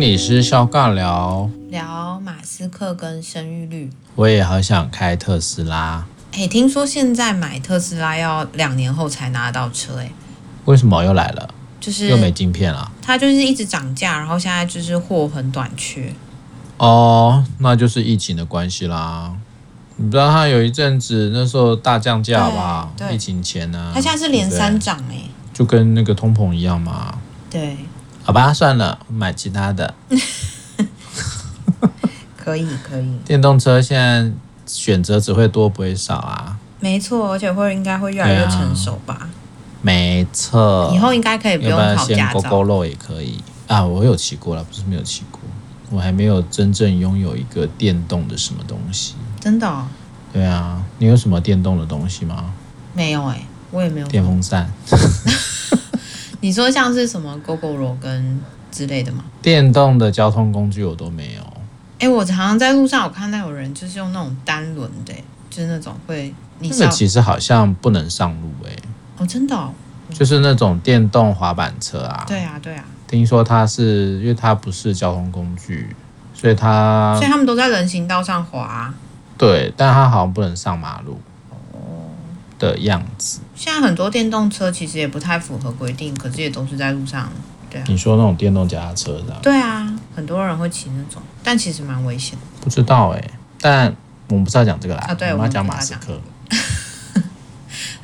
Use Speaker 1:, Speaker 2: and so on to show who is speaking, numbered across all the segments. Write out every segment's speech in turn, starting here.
Speaker 1: 理师肖尬聊，
Speaker 2: 聊马斯克跟生育率。
Speaker 1: 我也好想开特斯拉，
Speaker 2: 哎，听说现在买特斯拉要两年后才拿到车，哎，
Speaker 1: 为什么又来了？
Speaker 2: 就是
Speaker 1: 又没晶片啊了？
Speaker 2: 它就是一直涨价，然后现在就是货很短缺。
Speaker 1: 哦，那就是疫情的关系啦。你不知道他有一阵子那时候大降价吧？
Speaker 2: 对对
Speaker 1: 疫情前呢、啊，
Speaker 2: 它现在是连三
Speaker 1: 对不
Speaker 2: 涨，哎，
Speaker 1: 对，就跟那个通膨一样嘛。
Speaker 2: 对，
Speaker 1: 好吧，算了，我买其他的。
Speaker 2: 可以可以，
Speaker 1: 电动车现在选择只会多不会少啊。
Speaker 2: 没错，而且会应该会越来
Speaker 1: 对
Speaker 2: 越
Speaker 1: 啊
Speaker 2: 成熟吧，
Speaker 1: 没错，
Speaker 2: 以后应该可以不
Speaker 1: 啊要
Speaker 2: 用
Speaker 1: 不然
Speaker 2: 考
Speaker 1: 先
Speaker 2: 驾
Speaker 1: 勾勾
Speaker 2: 照。
Speaker 1: 肉也可以啊。我有骑过了，不是没有骑过，我还没有真正拥有一个电动的什么东西。
Speaker 2: 真的、哦、
Speaker 1: 对啊，你有什么电动的东西吗？
Speaker 2: 没有哎，我也没有。
Speaker 1: 电风扇、
Speaker 2: 你说像是什么 GoGoRo 跟之类的吗？
Speaker 1: 电动的交通工具我都没有。
Speaker 2: 哎、我常常在路上有看到有人就是用那种单轮的、哎就是那种会你
Speaker 1: 那
Speaker 2: 知道
Speaker 1: 个其实好像不能上路诶、
Speaker 2: 哦，真的、哦，
Speaker 1: 就是那种电动滑板车啊。
Speaker 2: 对，啊，对啊，
Speaker 1: 听说它是因为它不是交通工具，所以它
Speaker 2: 所以他们都在人行道上滑、啊
Speaker 1: 对，但它好像不能上马路的样子。
Speaker 2: 现在很多电动车其实也不太符合规定，可是也都是在路上。
Speaker 1: 你说那种电动脚踏车的啊，
Speaker 2: 对啊，很多人会骑那种，但其实蛮危险的。
Speaker 1: 不知道哎、但我们不是要讲这个啦，
Speaker 2: 啊对
Speaker 1: 我
Speaker 2: 我
Speaker 1: 们要讲
Speaker 2: 们不
Speaker 1: 马
Speaker 2: 是
Speaker 1: 斯
Speaker 2: 要
Speaker 1: 克。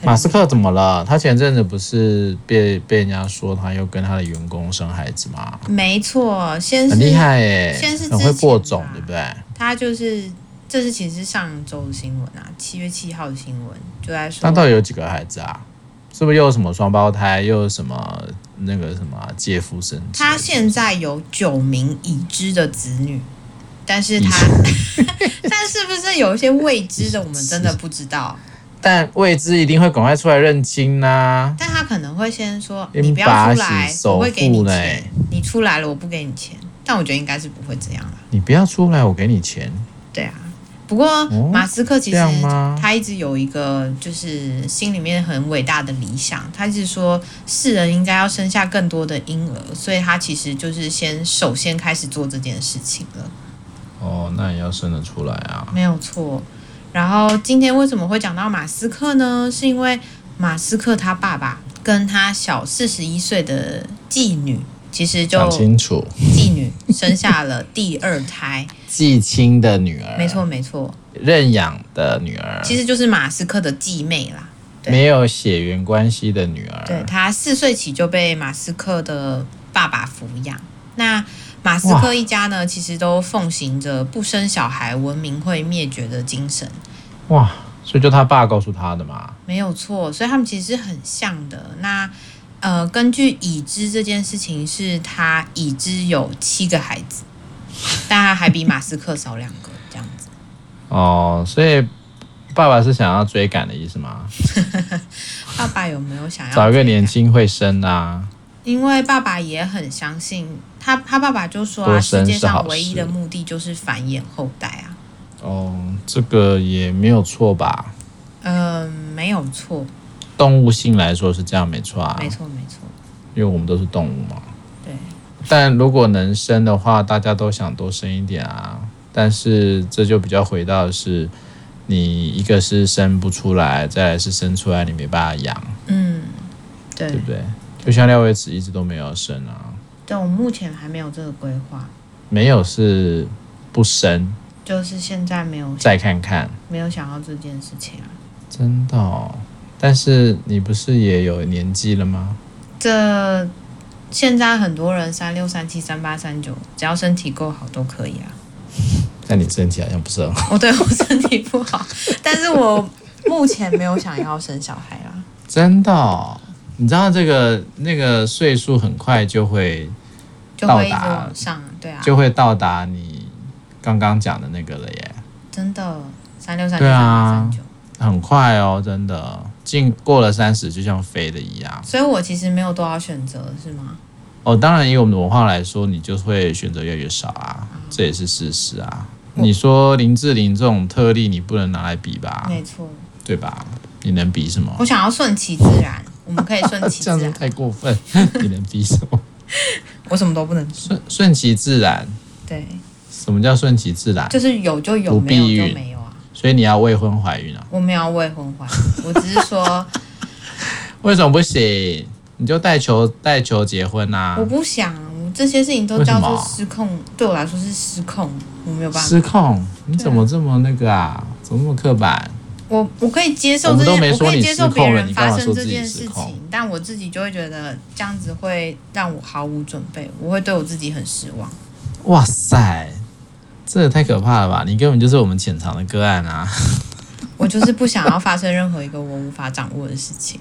Speaker 1: 马斯克怎么了？他前阵子不是被被人家说他又跟他的员工生孩子吗？
Speaker 2: 没错，先
Speaker 1: 很厉
Speaker 2: 是
Speaker 1: 害耶、
Speaker 2: 先是
Speaker 1: 很会
Speaker 2: 之前
Speaker 1: 播种
Speaker 2: 吧，
Speaker 1: 对不对？
Speaker 2: 他就是，这是其实是上周的新闻啊，七月七号的新闻就在说
Speaker 1: 他，到底有几个孩子啊？是不是又有什么双胞胎，又有什么那个什么借腹生子？
Speaker 2: 他现在有九名已知的子女，但是他， 但是不是有一些未知的，我们真的不 知道。
Speaker 1: 但未知一定会赶快出来认亲呐、
Speaker 2: 但他可能会先说：“
Speaker 1: 因
Speaker 2: 你不要出
Speaker 1: 把
Speaker 2: 来
Speaker 1: 喜，
Speaker 2: 我会给你
Speaker 1: 首付嘞
Speaker 2: 钱。你出来了，我不给你钱。”但我觉得应该是不会这样啦。
Speaker 1: 你不要出来，我给你钱。
Speaker 2: 对啊，不过
Speaker 1: 哦
Speaker 2: 马斯克其
Speaker 1: 这
Speaker 2: 实
Speaker 1: 样吗
Speaker 2: 他一直有一个就是心里面很伟大的理想，他一直说世人应该要生下更多的婴儿，所以他其实就是先首先开始做这件事情了。
Speaker 1: 哦，那也要生得出来啊。
Speaker 2: 没有错。然后今天为什么会讲到马斯克呢？是因为马斯克他爸爸跟他小四十一岁的继女，其实就
Speaker 1: 讲清楚，
Speaker 2: 继女生下了第二胎，
Speaker 1: 继亲的女儿，
Speaker 2: 没错没错，
Speaker 1: 认养的女儿，
Speaker 2: 其实就是马斯克的继妹啦。对
Speaker 1: 没有血缘关系的女儿，
Speaker 2: 对，他四岁起就被马斯克的爸爸抚养。那马斯克一家呢，其实都奉行着不生小孩文明会灭绝的精神。
Speaker 1: 哇，所以就他爸告诉他的嘛。
Speaker 2: 没有错，所以他们其实是很像的。那呃，根据已知这件事情，是他已知有七个孩子，但他还比马斯克少两个，这样子。
Speaker 1: 哦，所以爸爸是想要追赶的意思吗？
Speaker 2: 爸爸有没有想要
Speaker 1: 找一个
Speaker 2: 追
Speaker 1: 年
Speaker 2: 赶？
Speaker 1: 轻会生的啊，
Speaker 2: 因为爸爸也很相信他，他爸爸就说啊，
Speaker 1: 多生
Speaker 2: 世界
Speaker 1: 是好
Speaker 2: 上
Speaker 1: 事
Speaker 2: 唯一的目的就是繁衍后代啊。
Speaker 1: 哦，这个也没有错吧？
Speaker 2: 嗯、没有错，
Speaker 1: 动物性来说是这样，没错啊，
Speaker 2: 没错，没错，
Speaker 1: 因为我们都是动物嘛。
Speaker 2: 对。
Speaker 1: 但如果能生的话，大家都想多生一点啊。但是这就比较回到的是，你一个是生不出来，再来是生出来你没办法养，
Speaker 2: 嗯，对
Speaker 1: 对不对？就像廖伟慈一直都没有生啊，
Speaker 2: 对，我目前还没有这个规划，
Speaker 1: 没有是不生，
Speaker 2: 就是现在没有
Speaker 1: 再看看，
Speaker 2: 没有想到这件事情啊。
Speaker 1: 真的、哦。但是你不是也有年纪了吗？
Speaker 2: 这现在很多人三六、三七、三八、三九，只要身体够好都可 以啊。
Speaker 1: 但你身体好像不是很好，
Speaker 2: 我对我身体不好，但是我目前没有想要生小孩啊啦。
Speaker 1: 真的哦、你知道这个那个岁数很快就会
Speaker 2: 就会一直
Speaker 1: 到达
Speaker 2: 往上，对啊，
Speaker 1: 就会到达你刚刚讲的那个了耶。
Speaker 2: 真的三六三七
Speaker 1: 对
Speaker 2: 三
Speaker 1: 啊
Speaker 2: 八三九，
Speaker 1: 很快哦，真的，进过了三十就像飞的一样。
Speaker 2: 所以我其实没有多少选择，是吗？
Speaker 1: 哦，当然以我们的文化来说，你就会选择越来越少啊，这也是事实啊。你说林志玲这种特例，你不能拿来比吧？
Speaker 2: 没错，
Speaker 1: 对吧？你能比什么
Speaker 2: 我？想要顺其自然，我们可以顺 其
Speaker 1: 这
Speaker 2: 自
Speaker 1: 样子
Speaker 2: 然。
Speaker 1: 太过分，你能比什么？
Speaker 2: 我什么都不能做。
Speaker 1: 顺顺其自然。
Speaker 2: 对，
Speaker 1: 什么叫顺其自然？
Speaker 2: 就是有就有，
Speaker 1: 不
Speaker 2: 没有
Speaker 1: 避
Speaker 2: 就
Speaker 1: 孕
Speaker 2: 没有啊。
Speaker 1: 所以你要未婚怀孕啊？
Speaker 2: 我没有要未婚怀孕，我只是 说
Speaker 1: 啊为什么不行？你就带球带球结婚啊
Speaker 2: 我？不想，我这些事情都
Speaker 1: 为什
Speaker 2: 叫
Speaker 1: 么
Speaker 2: 做失控，对我来说是失控，我没有办法。
Speaker 1: 失控？你怎么这么那个啊？怎么那么刻板？
Speaker 2: 我我可以接受
Speaker 1: 我
Speaker 2: 这
Speaker 1: 们都
Speaker 2: 件，
Speaker 1: 没
Speaker 2: 我
Speaker 1: 说
Speaker 2: 可以
Speaker 1: 你
Speaker 2: 接受
Speaker 1: 失
Speaker 2: 别
Speaker 1: 控了
Speaker 2: 人
Speaker 1: 你干
Speaker 2: 发
Speaker 1: 嘛
Speaker 2: 生
Speaker 1: 说
Speaker 2: 这
Speaker 1: 自己
Speaker 2: 件
Speaker 1: 失
Speaker 2: 事
Speaker 1: 控
Speaker 2: 情，但我自己就会觉得这样子会让我毫无准备，我会对我自己很失望。
Speaker 1: 哇塞，这也太可怕了吧！你根本就是我们潜藏的个案啊！
Speaker 2: 我就是不想要发生任何一个我无法掌握的事情。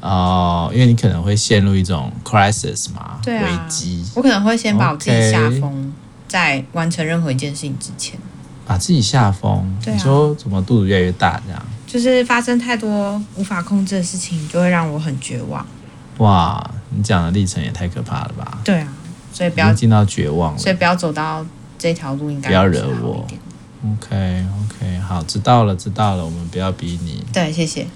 Speaker 1: 哦，因为你可能会陷入一种 crisis 嘛，
Speaker 2: 对啊，
Speaker 1: 危机，
Speaker 2: 我可能会先把我自己
Speaker 1: OK
Speaker 2: 吓疯，在完成任何一件事情之前，
Speaker 1: 把自己吓疯。
Speaker 2: 对啊
Speaker 1: 你说怎么肚子越来越大这样？
Speaker 2: 就是发生太多无法控制的事情，就会让我很绝望。
Speaker 1: 哇，你讲的历程也太可怕了吧！
Speaker 2: 对啊，所以不
Speaker 1: 已
Speaker 2: 要
Speaker 1: 经进到绝望了。
Speaker 2: 所以不要走到这条路，应该
Speaker 1: 嗯不要惹
Speaker 2: 是好一点。
Speaker 1: OK OK，好，知道了知道了，我们不要逼你。
Speaker 2: 对，谢谢。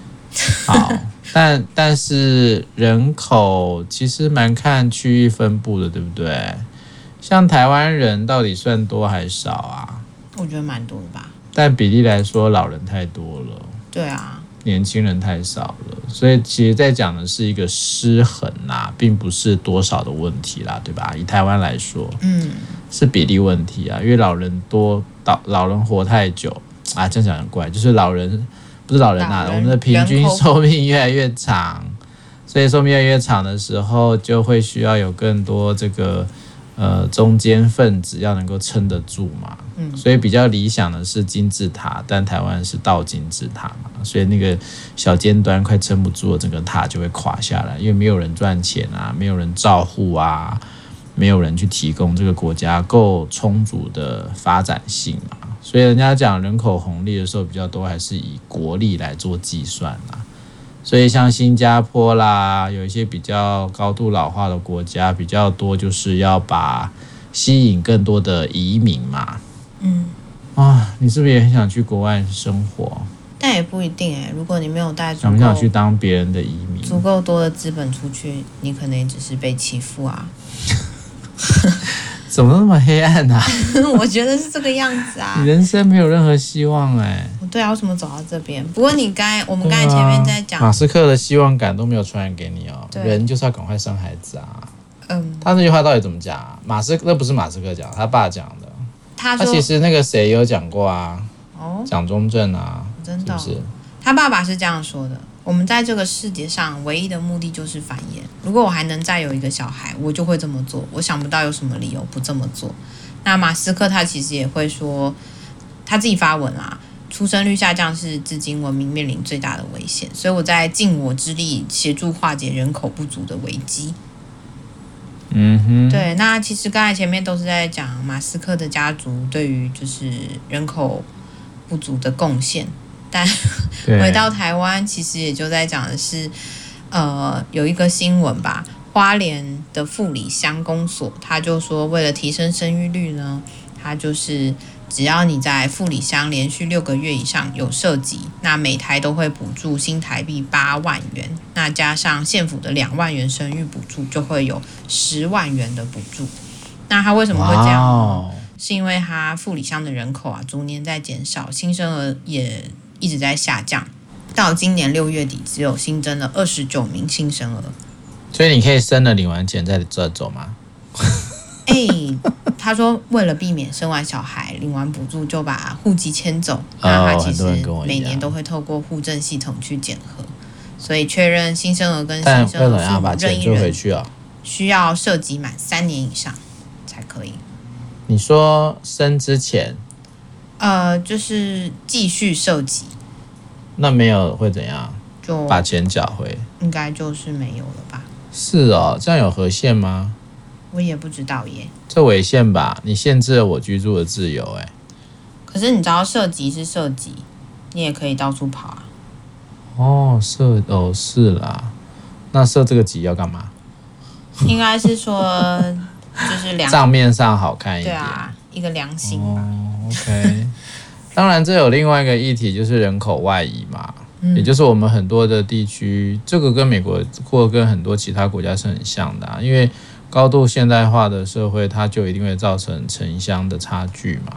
Speaker 1: 好，但但是人口其实蛮看区域分布的，对不对？像台湾人到底算多还少啊？
Speaker 2: 我觉得蛮多的吧。
Speaker 1: 但比例来说，老人太多了，
Speaker 2: 对啊，
Speaker 1: 年轻人太少了，所以其实在讲的是一个失衡啦、并不是多少的问题啦，对吧？以台湾来说，
Speaker 2: 嗯，
Speaker 1: 是比例问题啊，因为老人多，老老人活太久啊，这样讲很怪，就是老人不是老人啊
Speaker 2: 老，人
Speaker 1: 我们的平
Speaker 2: 人
Speaker 1: 均
Speaker 2: 口
Speaker 1: 寿命越来越长，所以寿命越来越长的时候，就会需要有更多这个呃中间分子要能够撑得住嘛。
Speaker 2: 嗯
Speaker 1: 所以比较理想的是金字塔，但台湾是倒金字塔嘛，所以那个小尖端快撑不住了，整个塔就会垮下来，因为没有人赚钱啊，没有人照护啊，没有人去提供这个国家够充足的发展性啊。所以人家讲人口红利的时候比较多，还是以国力来做计算啦。所以像新加坡啦，有一些比较高度老化的国家比较多，就是要把吸引更多的移民嘛。
Speaker 2: 嗯，
Speaker 1: 啊，你是不是也很想去国外生活？
Speaker 2: 但也不一定哎、如果你没有带足
Speaker 1: 想不想去
Speaker 2: 够
Speaker 1: 当别人的移民？
Speaker 2: 足够多的资本出去，你可能也只是被欺负啊。
Speaker 1: 怎么那么黑暗啊？
Speaker 2: 我觉得是这个样子啊
Speaker 1: 你。人生没有任何希望哎、
Speaker 2: 对啊，为什么走到这边？不过你刚才我们刚才
Speaker 1: 对啊
Speaker 2: 前面在讲，
Speaker 1: 马斯克的希望感都没有传染给你哦。
Speaker 2: 对
Speaker 1: 人就是要赶快生孩子啊！
Speaker 2: 嗯，
Speaker 1: 他那句话到底怎么讲啊？马斯克那不是马斯克讲，他爸讲的。
Speaker 2: 他
Speaker 1: 他
Speaker 2: 说
Speaker 1: 其实那个谁也有讲过啊，
Speaker 2: 哦，
Speaker 1: 蒋中正啊，
Speaker 2: 真
Speaker 1: 是
Speaker 2: 的
Speaker 1: 不
Speaker 2: 哦、
Speaker 1: 是？
Speaker 2: 他爸爸是这样说的：我们在这个世界上唯一的目的就是繁衍。如果我还能再有一个小孩，我就会这么做。我想不到有什么理由不这么做。那马斯克他其实也会说，他自己发文啦，出生率下降是至今文明面临最大的危险，所以我在尽我之力协助化解人口不足的危机。
Speaker 1: 嗯哼，
Speaker 2: 对，那其实刚才前面都是在讲马斯克的家族对于就是人口不足的贡献，但。
Speaker 1: 对，
Speaker 2: 回到台湾，其实也就在讲的是，呃，有一个新闻吧，花莲的富里乡公所，他就说为了提升生育率呢，他就是只要你在富里乡连续六个月以上有涉及，那每台都会补助新台币八万元，那加上县府的两万元生育补助，就会有十万元的补助。那他为什么会这样呢？
Speaker 1: 哇哦
Speaker 2: 是因为它富里乡的人口啊逐年在减少，新生儿也一直在下降。到今年六月底，只有新增了二十九名新生儿。
Speaker 1: 所以你可以生了领完钱再再走吗？
Speaker 2: 哎、 他说为了避免生完小孩领完补助就把户籍迁走，那他
Speaker 1: 哦
Speaker 2: 其
Speaker 1: 很
Speaker 2: 实
Speaker 1: 多人跟我一样
Speaker 2: 每年都会透过户政系统去检核，所以确认新生儿跟
Speaker 1: 但
Speaker 2: 新
Speaker 1: 为
Speaker 2: 生
Speaker 1: 什么
Speaker 2: 儿
Speaker 1: 要
Speaker 2: 父母
Speaker 1: 把
Speaker 2: 任
Speaker 1: 钱
Speaker 2: 意
Speaker 1: 追回
Speaker 2: 人
Speaker 1: 去啊、
Speaker 2: 需要涉及满三年以上才可以。
Speaker 1: 你说生之前
Speaker 2: 呃，就是继续涉及，
Speaker 1: 那没有会怎样？
Speaker 2: 就
Speaker 1: 把钱缴回？
Speaker 2: 应该就是没有了吧。
Speaker 1: 是哦，这样有合宪吗？
Speaker 2: 我也不知道耶。
Speaker 1: 这违宪吧？你限制了我居住的自由、欸，哎，
Speaker 2: 可是你知道射击是射击，你也可以到处跑啊。
Speaker 1: 哦，设哦是啦，那设这个级要干嘛？
Speaker 2: 应该是说就是良
Speaker 1: 账面上好看一
Speaker 2: 啊对
Speaker 1: 点。
Speaker 2: 啊，一个良心吧。
Speaker 1: 哦，OK。当然，这有另外一个议题，就是人口外移嘛，
Speaker 2: 嗯
Speaker 1: 也就是我们很多的地区，这个跟美国或跟很多其他国家是很像的、啊，因为高度现代化的社会，它就一定会造成城乡的差距嘛。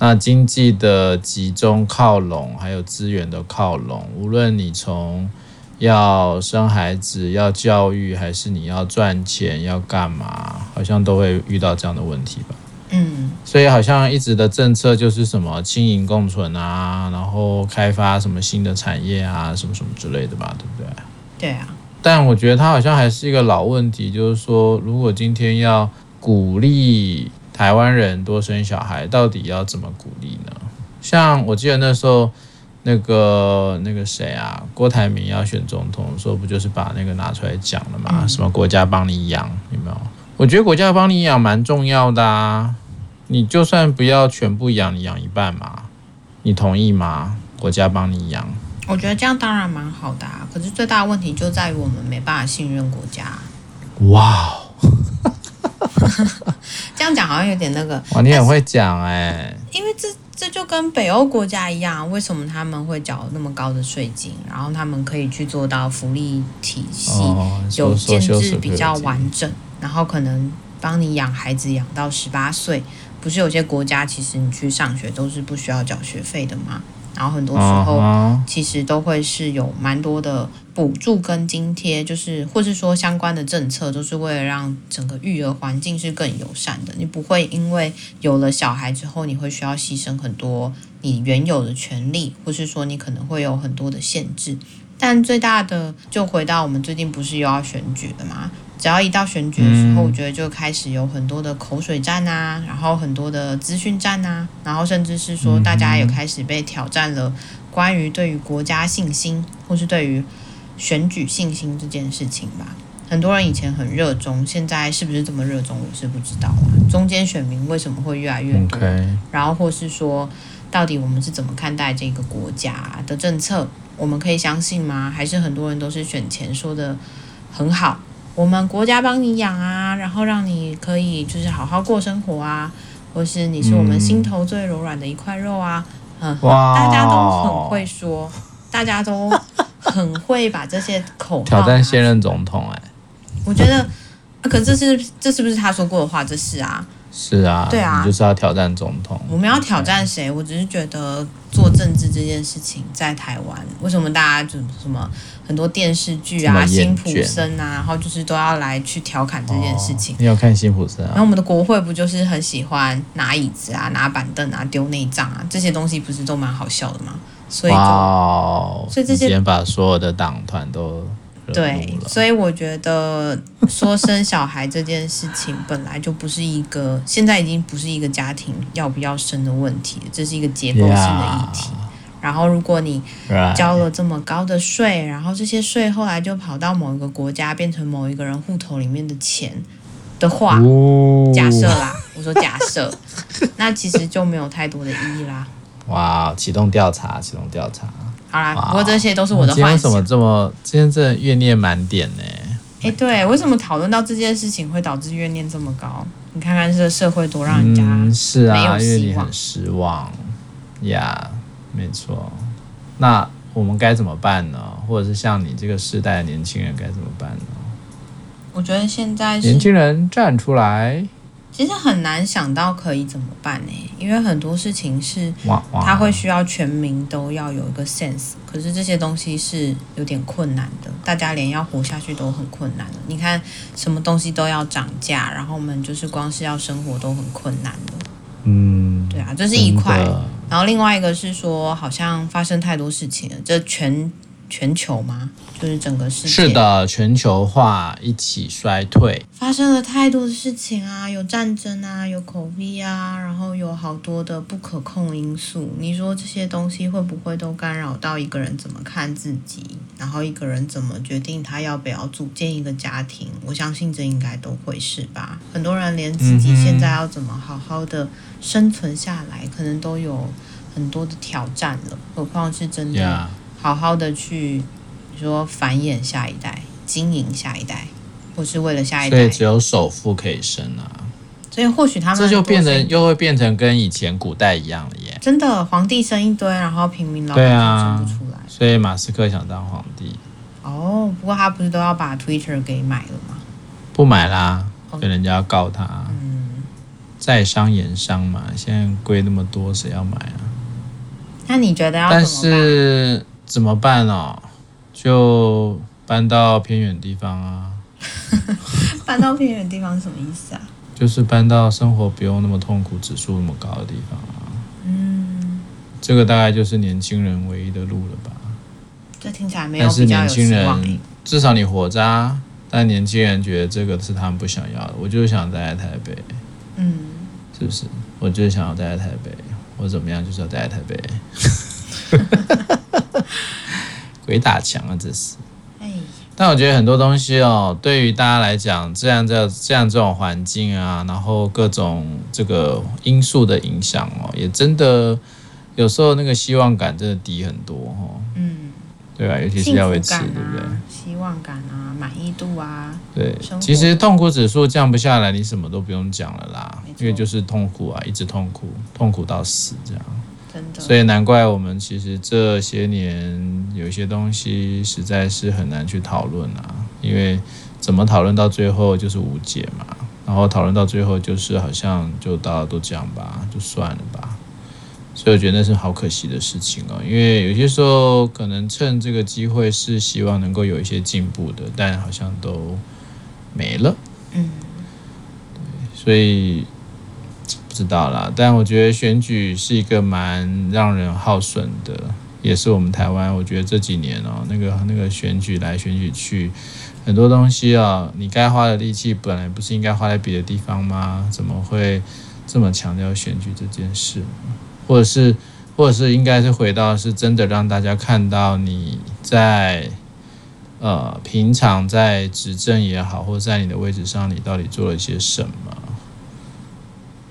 Speaker 1: 那经济的集中靠拢，还有资源的靠拢，无论你从要生孩子、要教育，还是你要赚钱、要干嘛，好像都会遇到这样的问题吧。
Speaker 2: 嗯，
Speaker 1: 所以好像一直的政策就是什么轻盈共存啊，然后开发什么新的产业啊，什么什么之类的吧，对不对？
Speaker 2: 对啊，
Speaker 1: 但我觉得它好像还是一个老问题，就是说，如果今天要鼓励台湾人多生小孩，到底要怎么鼓励呢？像我记得那时候，那个那个谁啊，郭台铭要选总统的时候，不就是把那个拿出来讲了嘛？什么国家帮你养，有没有？我觉得国家帮你养蛮重要的啊，你就算不要全部养，你养一半嘛，你同意吗？国家帮你养。
Speaker 2: 我觉得这样当然蛮好的啊。可是最大的问题就在于我们没办法信任国家。
Speaker 1: 哇哦，
Speaker 2: 这样讲好像有点那个，
Speaker 1: 哇，你很会讲哎、
Speaker 2: 因为这这就跟北欧国家一样，为什么他们会缴那么高的税金，然后他们可以去做到福利体系、
Speaker 1: 哦
Speaker 2: 有
Speaker 1: 说
Speaker 2: 建
Speaker 1: 说
Speaker 2: 制比较
Speaker 1: security
Speaker 2: 完整，然后可能帮你养孩子养到十八岁，不是有些国家其实你去上学都是不需要缴学费的嘛，然后很多时候。
Speaker 1: 嗯哼
Speaker 2: 其实都会是有蛮多的补助跟津贴，就是或是说相关的政策，都是为了让整个育儿环境是更友善的。你不会因为有了小孩之后，你会需要牺牲很多你原有的权利，或是说你可能会有很多的限制。但最大的就回到我们最近不是又要选举了嘛？只要一到选举的时候，
Speaker 1: 嗯
Speaker 2: 我觉得就开始有很多的口水战啊，然后很多的资讯战啊，然后甚至是说大家也开始被挑战了关于对于国家信心或是对于选举信心这件事情吧。很多人以前很热衷，现在是不是这么热衷，我是不知道啦。中间选民为什么会越来越
Speaker 1: 嗯
Speaker 2: 多？
Speaker 1: ，OK，
Speaker 2: 然后或是说，到底我们是怎么看待这个国家的政策？我们可以相信吗？还是很多人都是选前说的很好，我们国家帮你养啊，然后让你可以就是好好过生活啊，或是你是我们心头最柔软的一块肉啊，嗯，
Speaker 1: 哇，
Speaker 2: 大家都很会说，大家都很会把这些口号
Speaker 1: 挑
Speaker 2: 拿
Speaker 1: 战现任总统、哎，
Speaker 2: 我觉得，啊可这是这是不是他说过的话？这是啊，
Speaker 1: 是啊，
Speaker 2: 对啊
Speaker 1: 你就是要挑战总统，
Speaker 2: 我们要挑战谁？我只是觉得做政治这件事情在台湾，为什么大家就什么很多电视剧啊、
Speaker 1: 这么
Speaker 2: 辛
Speaker 1: 厌
Speaker 2: 普
Speaker 1: 倦
Speaker 2: 森啊，然后就是都要来去调侃这件事情。
Speaker 1: 哦你有看辛普森
Speaker 2: 然
Speaker 1: 啊？
Speaker 2: 后我们的国会不就是很喜欢拿椅子啊、拿板凳啊、丢内脏啊这些东西，不是都蛮好笑的吗？所以就
Speaker 1: 哇哦，
Speaker 2: 所以这些
Speaker 1: 你今天把所有的党团都惹
Speaker 2: 对
Speaker 1: 怒，了，
Speaker 2: 所以我觉得说生小孩这件事情本来就不是一个，现在已经不是一个家庭要不要生的问题，这是一个结构性的议题。然后，如果你
Speaker 1: Yeah，right
Speaker 2: 交了这么高的税，然后这些税后来就跑到某一个国家，变成某一个人户头里面的钱的话，
Speaker 1: 哦
Speaker 2: 假设啦，我说假设， 那其实就没有太多的意义啦。
Speaker 1: 哇，哦启动调查，启动调查，
Speaker 2: 好啦，
Speaker 1: 哇
Speaker 2: 不过这些都是我的
Speaker 1: 今天为
Speaker 2: 幻
Speaker 1: 什
Speaker 2: 想
Speaker 1: 么。这么今天真的怨念满点呢、
Speaker 2: 哎，对，为什么讨论到这件事情会导致怨念这么高？你看看这社会多让人家、
Speaker 1: 嗯、是
Speaker 2: 没有
Speaker 1: 啊，因为
Speaker 2: 希
Speaker 1: 你
Speaker 2: 望
Speaker 1: 很失望呀没错。那我们该怎么办呢？或者是像你这个世代的年轻人该怎么办呢？
Speaker 2: 我觉得现在
Speaker 1: 年
Speaker 2: 是
Speaker 1: 轻人站出来！
Speaker 2: 其实很难想到可以怎么办呢、因为很多事情是
Speaker 1: 哇哇！
Speaker 2: 它会需要全民都要有一个 sense，可是这些东西是有点困难的，大家连要活下去都很困难了。你看什么东西都要涨价，然后我们就是光是要生活都很困难的。
Speaker 1: 嗯，
Speaker 2: 对啊，这是一块
Speaker 1: 真。的
Speaker 2: 然后另外一个是说，好像发生太多事情了，这全全球吗？就是整个世界
Speaker 1: 是的，全球化一起衰退，
Speaker 2: 发生了太多的事情啊，有战争啊，有口碑啊，然后有好多的不可控因素。你说这些东西会不会都干扰到一个人怎么看自己，然后一个人怎么决定他要不要组建一个家庭？我相信这应该都会是吧。很多人连自己
Speaker 1: 嗯哼
Speaker 2: 现在要怎么好好的生存下来，可能都有很多的挑战了，何况是真的
Speaker 1: 呀、
Speaker 2: 好好的去你说繁衍下一代、经营下一代，或是为了下一
Speaker 1: 所以
Speaker 2: 代，
Speaker 1: 只有首富可以生啊，
Speaker 2: 所以或许他们
Speaker 1: 这就变
Speaker 2: 多
Speaker 1: 成
Speaker 2: 生
Speaker 1: 又会变成跟以前古代一样了耶。
Speaker 2: 真的皇帝生一堆，然后平民老百
Speaker 1: 对
Speaker 2: 姓
Speaker 1: 啊
Speaker 2: 生不出来。
Speaker 1: 所以马斯克想当皇帝，
Speaker 2: 哦，不过他不是都要把嗯 Twitter 给买了吗？
Speaker 1: 不买啦，可能人家要告他，在商言商嘛，现在贵那么多，谁要买啊？
Speaker 2: 那你觉得要
Speaker 1: 但
Speaker 2: 怎么办？
Speaker 1: 是怎么办哦？就搬到偏远地方啊，
Speaker 2: 搬到偏远地方是什么意思啊？
Speaker 1: 就是搬到生活不用那么痛苦指数那么高的地方啊。
Speaker 2: 嗯
Speaker 1: 这个大概就是年轻人唯一的路了吧？
Speaker 2: 这听起来没有
Speaker 1: 但是
Speaker 2: 比较
Speaker 1: 年
Speaker 2: 有
Speaker 1: 轻
Speaker 2: 希望欸诶
Speaker 1: 人。至少你活着、啊，但年轻人觉得这个是他们不想要的。我就是想待在台北，
Speaker 2: 嗯，
Speaker 1: 是不是？我就是想要待在台北，我怎么样就是要待在台 北。鬼打墙啊，这是。
Speaker 2: 哎，
Speaker 1: 但我觉得很多东西哦，对于大家来讲，这样这这样这种环境啊，然后各种这个因素的影响哦，也真的有时候那个希望感真的低很多哦，
Speaker 2: 嗯，
Speaker 1: 对啊吧？尤其是
Speaker 2: 幸
Speaker 1: 要维
Speaker 2: 福
Speaker 1: 持，
Speaker 2: 感
Speaker 1: 对不对？
Speaker 2: 啊，希望感啊，满意度啊，
Speaker 1: 对
Speaker 2: 生，活
Speaker 1: 其实痛苦指数降不下来，你什么都不用讲了啦
Speaker 2: 没，错
Speaker 1: 因为就是痛苦啊，一直痛苦，痛苦到死这样。
Speaker 2: 真的。
Speaker 1: 所以难怪我们其实这些年有一些东西实在是很难去讨论啊，因为怎么讨论到最后就是无解嘛，然后讨论到最后就是好像就大家都这样吧，就算了吧。所以我觉得那是好可惜的事情哦，因为有些时候可能趁这个机会是希望能够有一些进步的，但好像都没了。
Speaker 2: 嗯，
Speaker 1: 所以不知道啦。但我觉得选举是一个蛮让人耗损的，也是我们台湾，我觉得这几年哦、那个那个选举来选举去，很多东西啊、你该花的力气本来不是应该花在别的地方吗？怎么会这么强调选举这件事呢？或者是，或者是应该是回到是真的让大家看到你在。呃，平常在执政也好，或者在你的位置上，你到底做了些什么，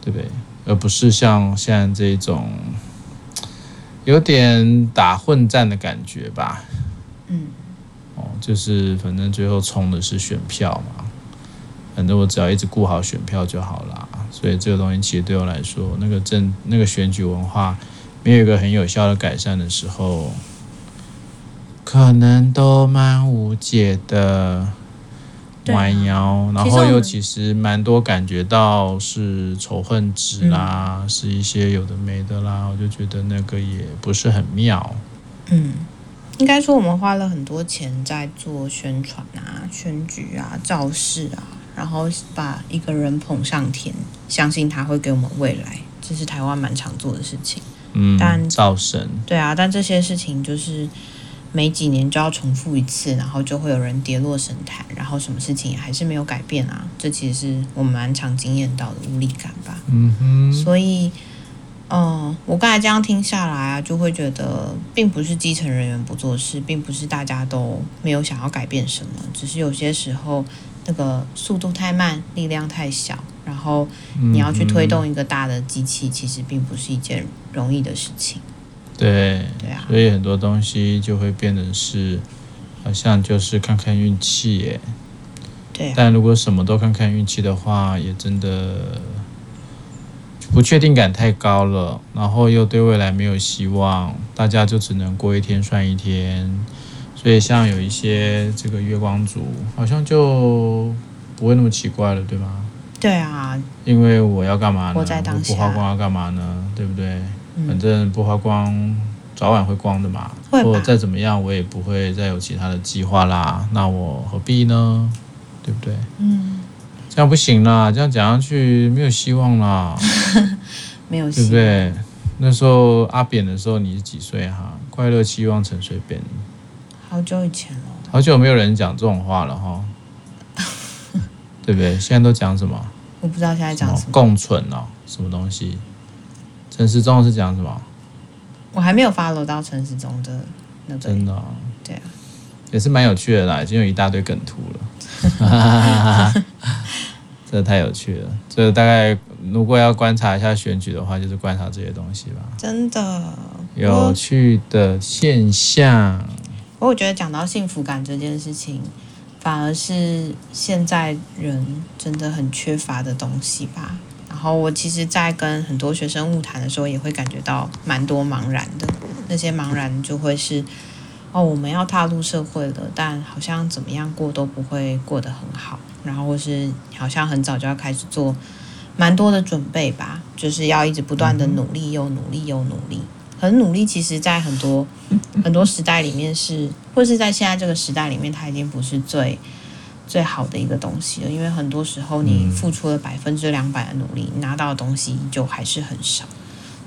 Speaker 1: 对不对？而不是像现在这种嘖有点打混战的感觉吧？
Speaker 2: 嗯，
Speaker 1: 哦，就是反正最后冲的是选票嘛，反正我只要一直顾好选票就好啦。所以这个东西其实对我来说，那个政那个选举文化没有一个很有效的改善的时候，可能都蛮无解的。
Speaker 2: 对啊
Speaker 1: 弯腰，然
Speaker 2: 其实我
Speaker 1: 后
Speaker 2: 们
Speaker 1: 又其实蛮多感觉到是仇恨值啦，
Speaker 2: 嗯
Speaker 1: 是一些有的没的啦，我就觉得那个也不是很妙。
Speaker 2: 嗯，应该说我们花了很多钱在做宣传啊、选举啊、造势啊，然后把一个人捧上天，相信他会给我们未来，这是台湾蛮常做的事情。
Speaker 1: 嗯
Speaker 2: 但，
Speaker 1: 造神，
Speaker 2: 对啊，但这些事情就是每几年就要重复一次，然后就会有人跌落神坛，然后什么事情也还是没有改变啊。这其实是我们蛮常经验到的无力感吧。
Speaker 1: 嗯哼，
Speaker 2: 所以，嗯，我刚才这样听下来啊，就会觉得，并不是基层人员不做事，并不是大家都没有想要改变什么，只是有些时候那个速度太慢，力量太小，然后你要去推
Speaker 1: 嗯
Speaker 2: 动一个大的机器，其实并不是一件容易的事情。
Speaker 1: 对，
Speaker 2: 对啊，
Speaker 1: 所以很多东西就会变成是，好像就是看看运气耶。
Speaker 2: 对啊，
Speaker 1: 但如果什么都看看运气的话，也真的不确定感太高了，然后又对未来没有希望，大家就只能过一天算一天。所以像有一些这个月光族，好像就不会那么奇怪了，对吗？
Speaker 2: 对啊，
Speaker 1: 因为我要干嘛呢？
Speaker 2: 活在当
Speaker 1: 我
Speaker 2: 下
Speaker 1: 不花光要干嘛呢？对不对？反
Speaker 2: 嗯，
Speaker 1: 正不花光，早晚会光的嘛。
Speaker 2: 会吧
Speaker 1: 或者再怎么样，我也不会再有其他的计划啦。那我何必呢？对不对？
Speaker 2: 嗯，
Speaker 1: 这样不行啦，这样讲下去没有希望啦，
Speaker 2: 没有
Speaker 1: 对
Speaker 2: 希
Speaker 1: 不
Speaker 2: 望，
Speaker 1: 对？那时候阿扁的时候你是几岁哈、快乐期望沉睡扁，
Speaker 2: 好久以前了，
Speaker 1: 好久没有人讲这种话了 哈，对不对？现在都讲什么？
Speaker 2: 我不知道现在讲
Speaker 1: 哦
Speaker 2: 什么，
Speaker 1: 共存哦，什么东西？陈时中是讲什么？
Speaker 2: 我还没有 follow 到陈时中的那个
Speaker 1: 真的哦、
Speaker 2: 对啊
Speaker 1: 也是蛮有趣的啦，已经有一大堆梗图了，这太有趣了。这大概如果要观察一下选举的话，就是观察这些东西吧。
Speaker 2: 真的，
Speaker 1: 有趣的现象。
Speaker 2: 不过我觉得讲到幸福感这件事情，反而是现在人真的很缺乏的东西吧。然后我其实，在跟很多学生物谈的时候，也会感觉到蛮多茫然的。那些茫然就会是，哦，我们要踏入社会了，但好像怎么样过都不会过得很好，然后或是好像很早就要开始做蛮多的准备吧，就是要一直不断的
Speaker 1: 嗯
Speaker 2: 努力又努力又努力。很努力，其实在很多很多时代里面是，或是在现在这个时代里面，它已经不是最最好的一个东西了，因为很多时候
Speaker 1: 嗯
Speaker 2: 你付出了百分之两百的努力，你拿到的东西就还是很少，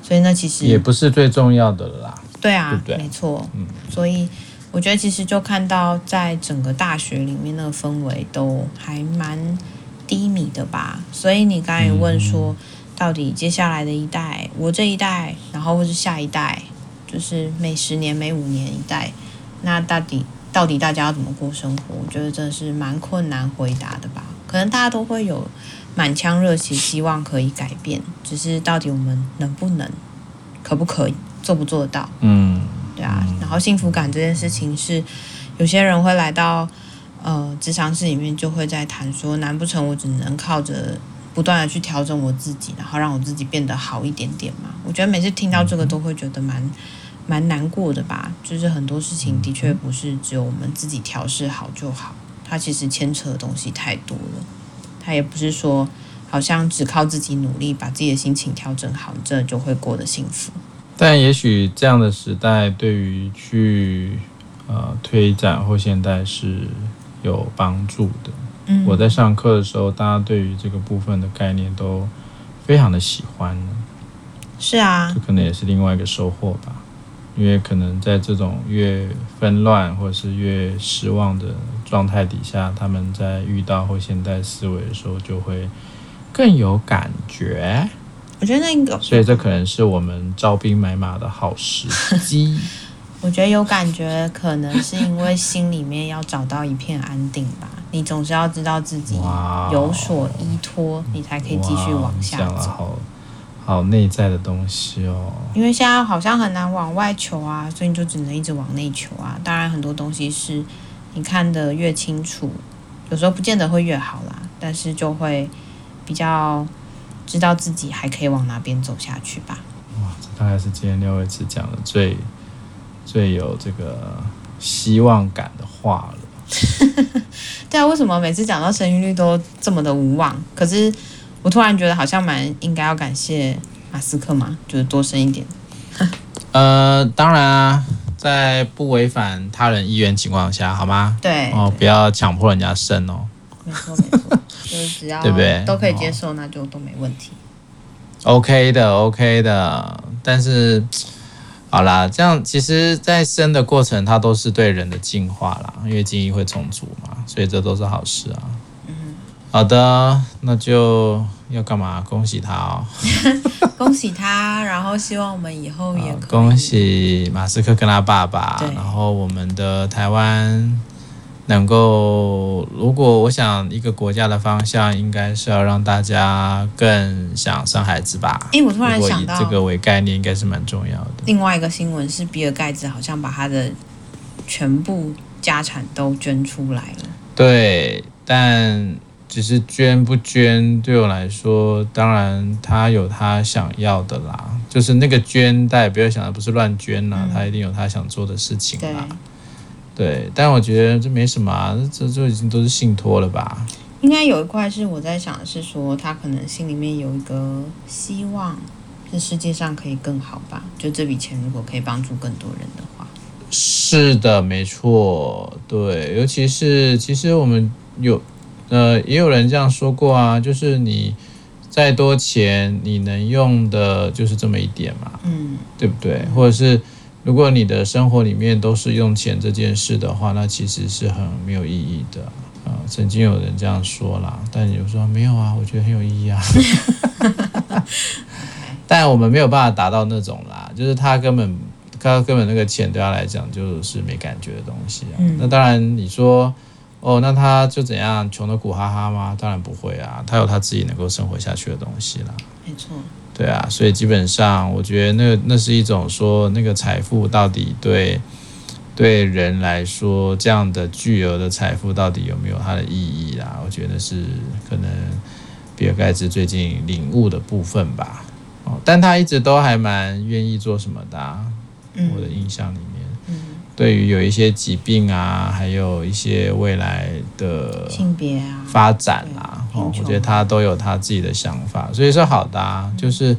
Speaker 2: 所以那其实
Speaker 1: 也不是最重要的了啦。
Speaker 2: 对啊，
Speaker 1: 对不嗯对
Speaker 2: 没错，所以我觉得其实就看到在整个大学里面那个氛围都还蛮低迷的吧。所以你刚才也问说，
Speaker 1: 嗯
Speaker 2: 到底接下来的一代，我这一代，然后或是下一代，就是每十年、每五年一代，那到底到底大家要怎么过生活？我觉得真的是蛮困难回答的吧。可能大家都会有满腔热血，希望可以改变，只是到底我们能不能，可不可以，做不做得到？
Speaker 1: 嗯，
Speaker 2: 对啊，然后幸福感这件事情是，有些人会来到呃职场室里面，就会在谈说，难不成我只能靠着不断的去调整我自己，然后让我自己变得好一点点嘛？我觉得每次听到这个都会觉得蛮蛮难过的吧，就是很多事情的确不是只有我们自己调试好就好，它其实牵扯的东西太多了，它也不是说。好像只靠自己努力，把自己的心情调整好，你真的就会过得幸福。
Speaker 1: 但也许这样的时代对于去呃推展后现代是有帮助的。
Speaker 2: 嗯
Speaker 1: 我在上课的时候，大家对于这个部分的概念都非常的喜欢，
Speaker 2: 是啊
Speaker 1: 这，可能也是另外一个收获吧。因为可能在这种越纷乱或是越失望的状态底下，他们在遇到后现代思维的时候就会更有感觉，
Speaker 2: 我觉得那个
Speaker 1: 所以这可能是我们招兵买马的好时 机。
Speaker 2: 我觉得有感觉，可能是因为心里面要找到一片安定吧。你总是要知道自己
Speaker 1: 哇哦
Speaker 2: 有所依托，你才可以继续往下
Speaker 1: 哇啊你讲了
Speaker 2: 走。
Speaker 1: 好好内在的东西哦。
Speaker 2: 因为现在好像很难往外求啊，所以你就只能一直往内求啊。当然，很多东西是你看得越清楚，有时候不见得会越好啦，但是就会比较知道自己还可以往哪边走下去吧。
Speaker 1: 哇，这大概是今天六位次讲的最最有这个希望感的话了。
Speaker 2: 对啊，为什么每次讲到生育率都这么的无望？可是我突然觉得好像蛮应该要感谢马斯克嘛，就是多生一点。
Speaker 1: 呃，当然啊，在不违反他人意愿情况下，好吗？
Speaker 2: 对，
Speaker 1: 哦，不要强迫人家生哦。
Speaker 2: 没错没错，就是只要
Speaker 1: 对不对
Speaker 2: 都可以接受，那就都没问题。
Speaker 1: OK 的，OK 的，但是好啦，这样其实，在生的过程，它都是对人的进化啦，因为基因会重组嘛，所以这都是好事啊。
Speaker 2: 嗯
Speaker 1: 好的，那就要干嘛？恭喜他哦！
Speaker 2: 恭喜他，然后希望我们以后也可以。
Speaker 1: 哦恭喜马斯克跟他爸爸
Speaker 2: 对，
Speaker 1: 然后我们的台湾能够，如果我想一个国家的方向，应该是要让大家更想生孩子吧。
Speaker 2: 诶我突然
Speaker 1: 如果以
Speaker 2: 想到
Speaker 1: 这个为概念，应该是蛮重要的。
Speaker 2: 另外一个新闻是，比尔盖茨好像把他的全部家产都捐出来了。
Speaker 1: 对，但只是捐不捐，对我来说，当然他有他想要的啦。就是那个捐，大家也不要想的不是乱捐啦，他一定有他想做的事情
Speaker 2: 对，
Speaker 1: 啦。对，但我觉得这没什么啊，这这已经都是信托了吧？
Speaker 2: 应该有一块是我在想的是说，他可能心里面有一个希望，是世界上可以更好吧？就这笔钱如果可以帮助更多人的话，
Speaker 1: 是的，没错，对，尤其是其实我们有，呃，也有人这样说过啊，就是你再多钱，你能用的就是这么一点嘛，
Speaker 2: 嗯，
Speaker 1: 对不对？或者是如果你的生活里面都是用钱这件事的话，那其实是很没有意义的。啊、曾经有人这样说啦，但有时候没有啊，我觉得很有意义啊。 但我们没有办法达到那种啦，就是他根本他根本那个钱对他来讲就是没感觉的东西啊。
Speaker 2: 嗯
Speaker 1: 那当然你说。哦，那他就怎样穷得苦哈哈吗？当然不会啊，他有他自己能够生活下去的东西啦。
Speaker 2: 没错，
Speaker 1: 对啊，所以基本上我觉得那那是一种说那个财富到底对对人来说这样的巨额的财富到底有没有它的意义啦？我觉得是可能比尔盖茨最近领悟的部分吧。哦，但他一直都还蛮愿意做什么的啊、
Speaker 2: 嗯
Speaker 1: 我的印象里面。
Speaker 2: 嗯
Speaker 1: 对于有一些疾病啊，还有一些未来的
Speaker 2: 性别啊，
Speaker 1: 发展啊，
Speaker 2: 对
Speaker 1: 哦，
Speaker 2: 贫
Speaker 1: 我
Speaker 2: 穷
Speaker 1: 觉得他都有他自己的想法，所以是好的啊，就是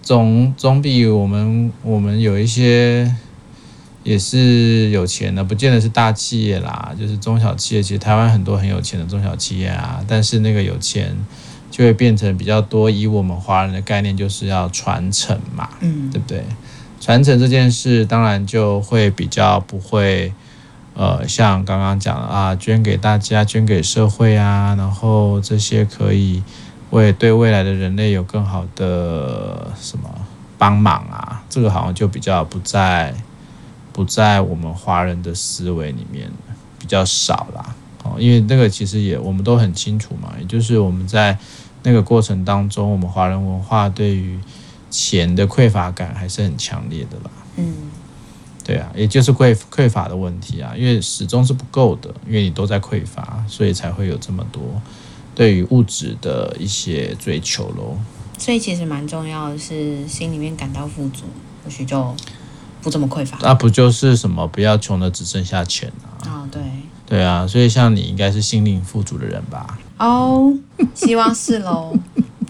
Speaker 1: 总总比我们我们有一些也是有钱的，不见得是大企业啦，就是中小企业，其实台湾很多很有钱的中小企业啊，但是那个有钱就会变成比较多，以我们华人的概念就是要传承嘛，
Speaker 2: 嗯
Speaker 1: 对不对？传承这件事，当然就会比较不会，呃，像刚刚讲的啊，捐给大家，捐给社会啊，然后这些可以为对未来的人类有更好的什么帮忙啊，这个好像就比较不在不在我们华人的思维里面比较少啦。哦，因为那个其实也我们都很清楚嘛，也就是我们在那个过程当中，我们华人文化对于钱的匮乏感还是很强烈的啦。
Speaker 2: 嗯，
Speaker 1: 对啊，也就是匮匮乏的问题啊，因为始终是不够的，因为你都在匮乏，所以才会有这么多对于物质的一些追求咯。
Speaker 2: 所以其实蛮重要的是心里面感到富足，或许就不这么匮乏。
Speaker 1: 啊那不就是什么不要穷的只剩下钱啊？
Speaker 2: 哦，对，
Speaker 1: 对啊，所以像你应该是心灵富足的人吧？
Speaker 2: 哦，希望 是喽。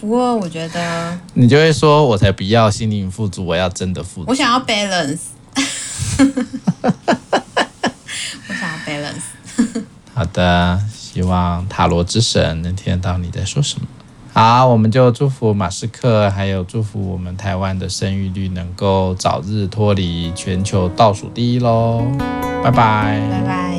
Speaker 2: 不过我觉得
Speaker 1: 你就会说，我才不要心灵富足，我要真的富足
Speaker 2: 我。想要 balance，我想要 balance。
Speaker 1: 好的，希望塔罗之神能听得到你在说什么。好，我们就祝福马斯克，还有祝福我们台湾的生育率能够早日脱离全球倒数第一喽，拜拜
Speaker 2: 拜拜。